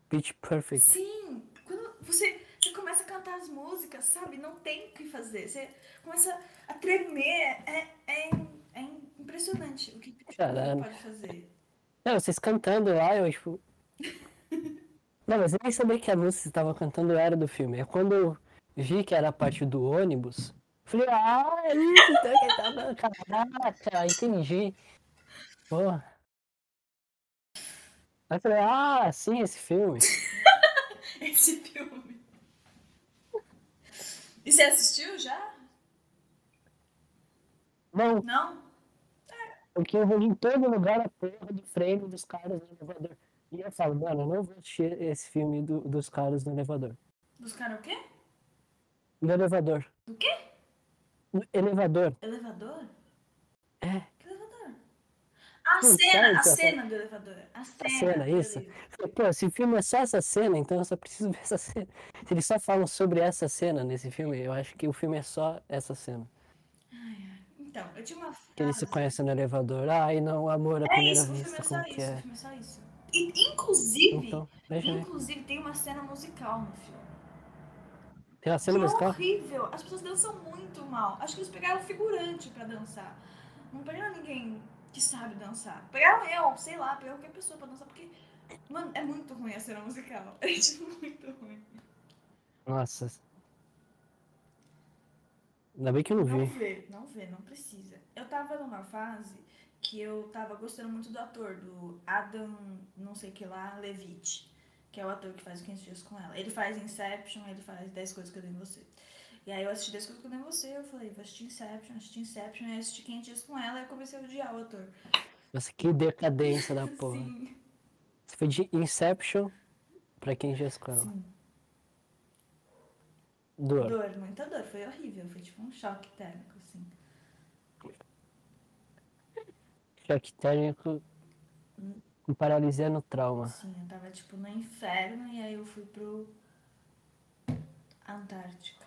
B: Pitch Perfect.
A: Sim, quando você, você começa a cantar as músicas, sabe? Não tem o que fazer. Você começa a tremer. É, é, é impressionante o que Pitch Perfect
B: Caralho.
A: pode fazer.
B: Não, vocês cantando lá, eu tipo. Não, mas eu nem sabia que a música que vocês estavam cantando era do filme. É quando eu vi que era a parte do ônibus, eu falei, ah, é isso, então que tava. Caraca, entendi. Porra. Aí eu falei, ah, sim, esse filme.
A: Esse filme. E você assistiu já?
B: Bom,
A: Não?
B: porque eu vou em todo lugar a porra do frame dos caras no elevador. E eu falo, mano, eu não vou assistir esse filme do- dos caras no elevador.
A: Buscaram o quê?
B: No elevador.
A: Do quê?
B: Elevador.
A: Elevador?
B: É.
A: Que elevador? A
B: Não
A: cena,
B: sei,
A: a
B: tá-
A: cena do elevador. A cena.
B: cena, isso.
A: beleza.
B: Pô, se o filme é só essa cena, então eu só preciso ver essa cena. Se eles só falam sobre essa cena nesse filme, eu acho que o filme é só essa cena.
A: Ai, ai. Então, eu tinha uma frase.
B: Que eles se conhecem no elevador. Ai, não, amor à
A: É
B: primeira
A: isso, o filme
B: vista,
A: é só
B: como
A: isso,
B: que
A: o
B: é?
A: filme é só isso. E, inclusive,
B: Então, deixa eu ver.
A: inclusive, tem uma cena musical no filme.
B: Tem uma cena
A: que é
B: musical?
A: horrível. As pessoas dançam muito mal. Acho que eles pegaram um figurante pra dançar. Não pegaram ninguém que sabe dançar. Pegaram eu, sei lá, pegaram qualquer pessoa pra dançar, porque. Mano, é muito ruim a cena musical. É tipo, muito ruim.
B: Nossa. Ainda bem que eu não
A: Não
B: vi.
A: vê, não vê, não precisa. Eu tava numa fase que eu tava gostando muito do ator, do Adam, não sei que lá, Levitt, que é o ator que faz o 500 dias com ela. Ele faz Inception, ele faz 10 coisas que eu dei em você. E aí eu assisti 10 coisas que eu dei em você, eu falei, vou assistir Inception, assisti Inception, e aí assisti 500 dias com ela, e eu comecei a odiar o ator.
B: Nossa, que decadência da porra.
A: Sim,
B: Você foi de Inception pra quem já escolheu.
A: sim.
B: tá. Dor.
A: Dor, muita dor, foi horrível, foi tipo um choque térmico, assim.
B: Choque térmico
A: Hum.
B: com paralisia no trauma.
A: Sim, eu tava tipo no inferno, e aí eu fui pro Antártica.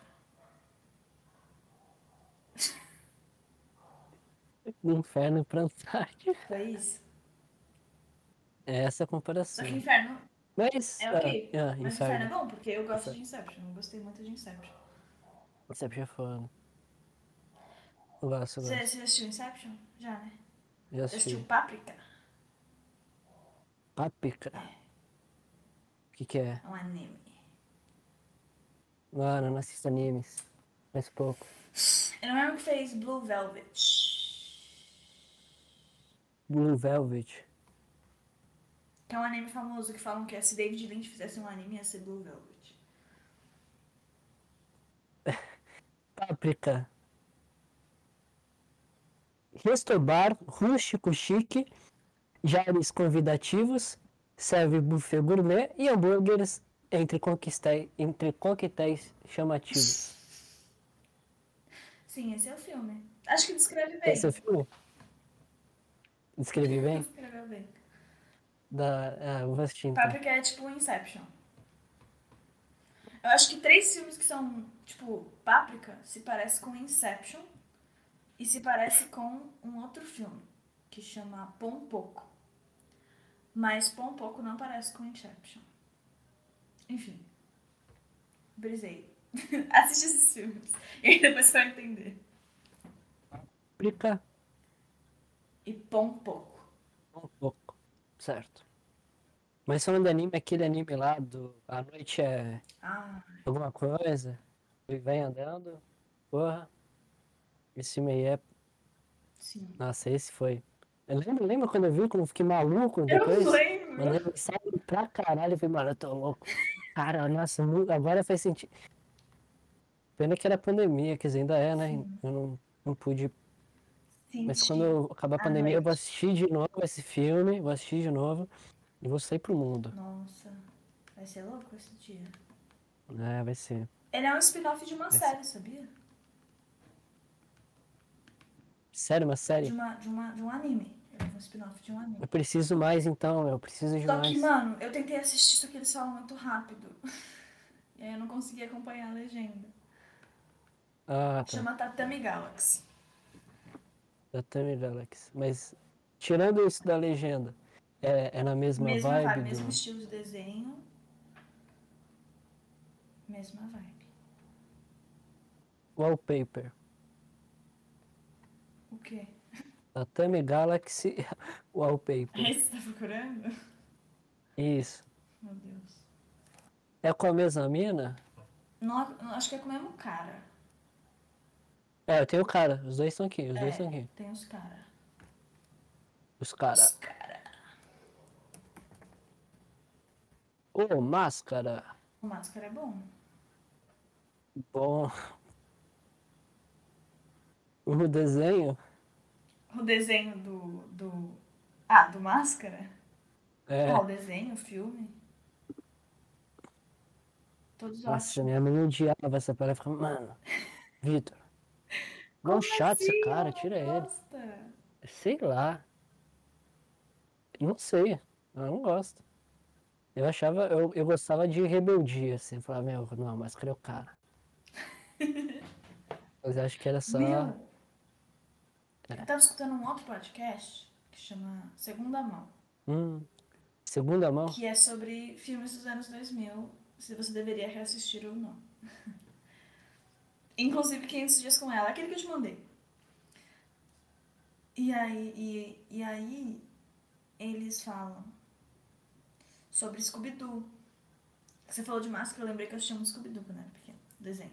B: Do inferno pra Antártica.
A: Foi isso?
B: É essa a
A: Só
B: comparação.
A: que Inferno
B: Mas.
A: é ok.
B: ah, ah,
A: Mas
B: Inferno.
A: Inferno é bom, porque eu gosto de Inception. Eu gostei muito de Inception.
B: Inception é foda. Eu gosto, eu
A: Você
B: gosto.
A: você já assistiu Inception? Já, né?
B: Já
A: Você assistiu
B: Tá assisti.
A: Páprica?
B: Papica. O que que é?
A: É um anime.
B: Mano, eu não assisto animes. Faz pouco.
A: É um anime que fez Blue Velvet.
B: Blue Velvet.
A: Que é um anime famoso que falam que é se David Lynch fizesse um anime ia ser Blue Velvet.
B: Páprica. Restobar, rústico chique, jares convidativos, serve buffet gourmet e hambúrgueres entre, conquistai- entre coquetéis chamativos.
A: Sim, esse é o filme. Acho que descreve bem.
B: Esse é o filme? Descrevi bem?
A: Descreveu bem.
B: Da, ah, eu vou assistir então.
A: Páprica é tipo Inception. Eu acho que três filmes que são, tipo, Páprica se parece com Inception e se parece com um outro filme que chama Pão Pouco. Mas Pão Pouco não parece com Inception. Enfim. Brisei. Assiste esses filmes. E aí depois você vai entender.
B: Páprica,
A: E Pão Pouco.
B: um pouco. Certo. Mas falando de anime, aquele anime lá do A Noite é
A: Ah,
B: alguma coisa, e vem andando, porra. Esse filme aí é
A: sim.
B: Nossa, esse foi. Eu lembro, lembro quando eu vi, quando eu fiquei maluco depois?
A: Eu
B: Mas
A: lembro.
B: lembro, sabe pra caralho, eu falei, mano, eu tô louco. Cara, nossa, mu- agora faz sentido. Pena que era pandemia, quer dizer, ainda é, né? Eu não, não pude.
A: Sim,
B: Mas quando eu acabar a
A: À
B: pandemia, eu vou
A: noite.
B: assistir de novo esse filme, vou assistir de novo e vou sair pro mundo.
A: Nossa, vai ser louco esse dia.
B: É, vai ser.
A: Ele é um spin-off de uma série, sabia?
B: Sério, uma
A: De,
B: série?
A: uma, de, uma, de um anime. Ele é um spin-off de um anime.
B: Eu preciso mais então, eu preciso de
A: Só que,
B: mais.
A: mano, eu tentei assistir, só que eles falam muito rápido. E aí eu não consegui acompanhar a legenda.
B: Ah, tá.
A: Chama Tatami Galaxy.
B: Da Tammy Galaxy. Mas, tirando isso da legenda, é, é na mesma
A: Mesma vibe,
B: vibe do.
A: mesmo estilo de desenho. Mesma vibe.
B: Wallpaper.
A: O quê?
B: Tatame Galaxy
A: É
B: Wallpaper.
A: esse que você tá procurando?
B: Isso.
A: Meu Deus.
B: É com a mesma mina?
A: Não, não, acho que é com o mesmo cara.
B: É, eu tenho o cara. Os dois estão aqui. Os
A: É,
B: dois estão aqui.
A: Tem os caras.
B: Os caras.
A: Os caras.
B: Ô, máscara.
A: O máscara é bom.
B: Bom. O desenho
A: O desenho do. do... Ah, do Máscara?
B: é.
A: Ah, o desenho, o filme. Todos
B: Nossa,
A: ótimos.
B: minha mãe odiava essa parada. Ficava, mano, Vitor, Não
A: Como
B: chato um esse
A: assim?
B: cara,
A: Ela
B: tira
A: não
B: ele.
A: gosta.
B: Sei lá. Não sei. Eu não gosto. Eu achava, eu, eu gostava de rebeldia, assim. Eu falava, meu, não, mas cadê o cara? Mas eu acho que era só.
A: Meu,
B: É.
A: eu tava escutando um outro podcast que chama Segunda Mão,
B: Hum, segunda mão?
A: que é sobre filmes dos anos 2000, se você deveria reassistir ou não. Inclusive 500 Dias com Ela, aquele que eu te mandei. E aí, e, e aí eles falam sobre Scooby-Doo. Você falou de máscara, eu lembrei que eu assistia um Scooby-Doo quando era pequeno, desenho.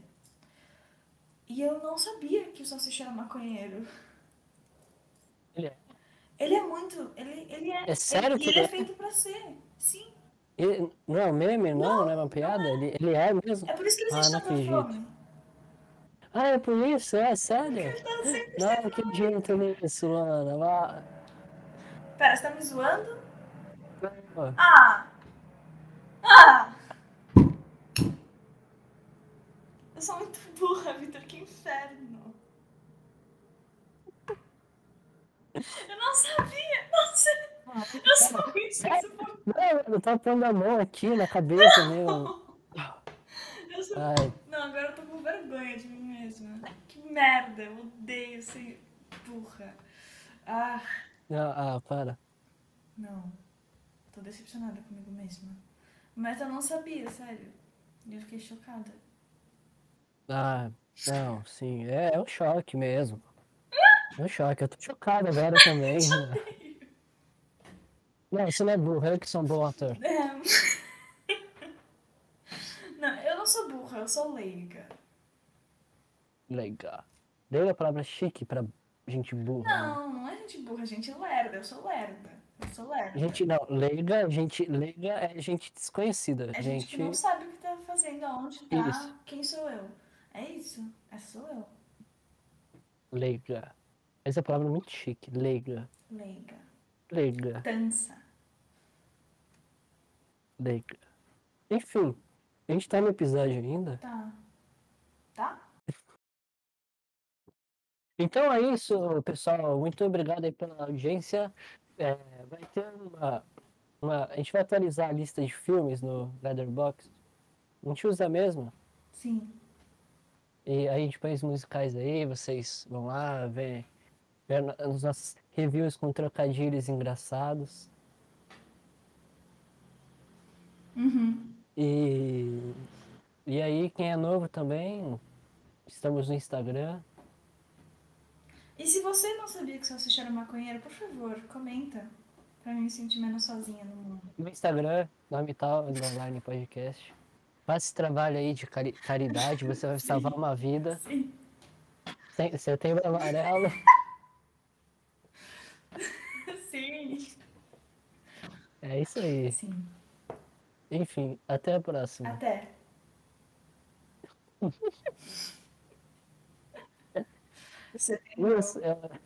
A: E eu não sabia que o Salsicha era maconheiro.
B: Ele é.
A: Ele é muito. Ele, ele é.
B: É sério
A: ele,
B: que
A: ele
B: ele
A: é
B: é?
A: feito pra ser. Sim.
B: Ele- não é um meme, não, não, é uma piada? Ele, ele é mesmo?
A: É por isso que ele
B: Ah,
A: existe
B: não
A: tanta
B: acredito.
A: fome.
B: Ah, é por isso? É sério?
A: Ele tá sempre.
B: Não, eu acredito nisso, Luana. Vá.
A: Pera, você tá me zoando?
B: Ó,
A: Ah! Ah! Eu sou muito burra, Vitor, que inferno. Eu não sabia! Nossa, eu sou um muito insuportável.
B: Não, eu tava pondo a mão aqui na cabeça, meu.
A: Eu sou-
B: Ai,
A: Não, agora eu tô com vergonha de mim mesma. Que merda, eu odeio ser burra. Ah,
B: não, ah, para.
A: não. Tô decepcionada comigo mesma. Mas eu não sabia, sério. E eu fiquei chocada.
B: Ah, não, sim. É, é um choque mesmo. É um choque. Eu tô chocado agora também. Não, isso não é burro, eu que sou um bom ator.
A: É. Não, eu não sou burra, eu sou leiga.
B: Legal. Dei a palavra chique pra gente burra. né?
A: Não, não é gente burra, gente lerda. Eu sou lerda. Eu sou lerda.
B: Gente, não, leiga, gente, leiga é gente desconhecida.
A: É gente
B: gente,
A: que não sabe o que tá fazendo, aonde tá,
B: Isso.
A: quem sou eu. É isso. Essa sou eu.
B: leiga. Essa palavra é muito chique. Leiga,
A: Leiga.
B: leiga,
A: Dança.
B: leiga. Enfim, a gente tá no episódio ainda.
A: Tá. Tá?
B: Então é isso, pessoal. Muito obrigado aí pela audiência. É, vai ter uma, uma- A gente vai atualizar a lista de filmes no Letterboxd. A gente usa a mesma.
A: Sim.
B: E aí a gente põe os musicais aí, vocês vão lá ver, ver no- os nossos reviews com trocadilhos engraçados.
A: Uhum.
B: E, e aí, quem é novo também, estamos no Instagram.
A: E se você não sabia que só assistia era maconheiro, por favor, comenta. Pra mim me sentir menos sozinha no mundo.
B: No Instagram, nome tal, underline podcast. Faça esse trabalho aí de cari- caridade, você vai salvar uma vida.
A: Sim.
B: Sem- Setembro amarelo.
A: Sim.
B: É isso aí.
A: Sim.
B: Enfim, até a próxima.
A: Até. Você
B: Isso, é-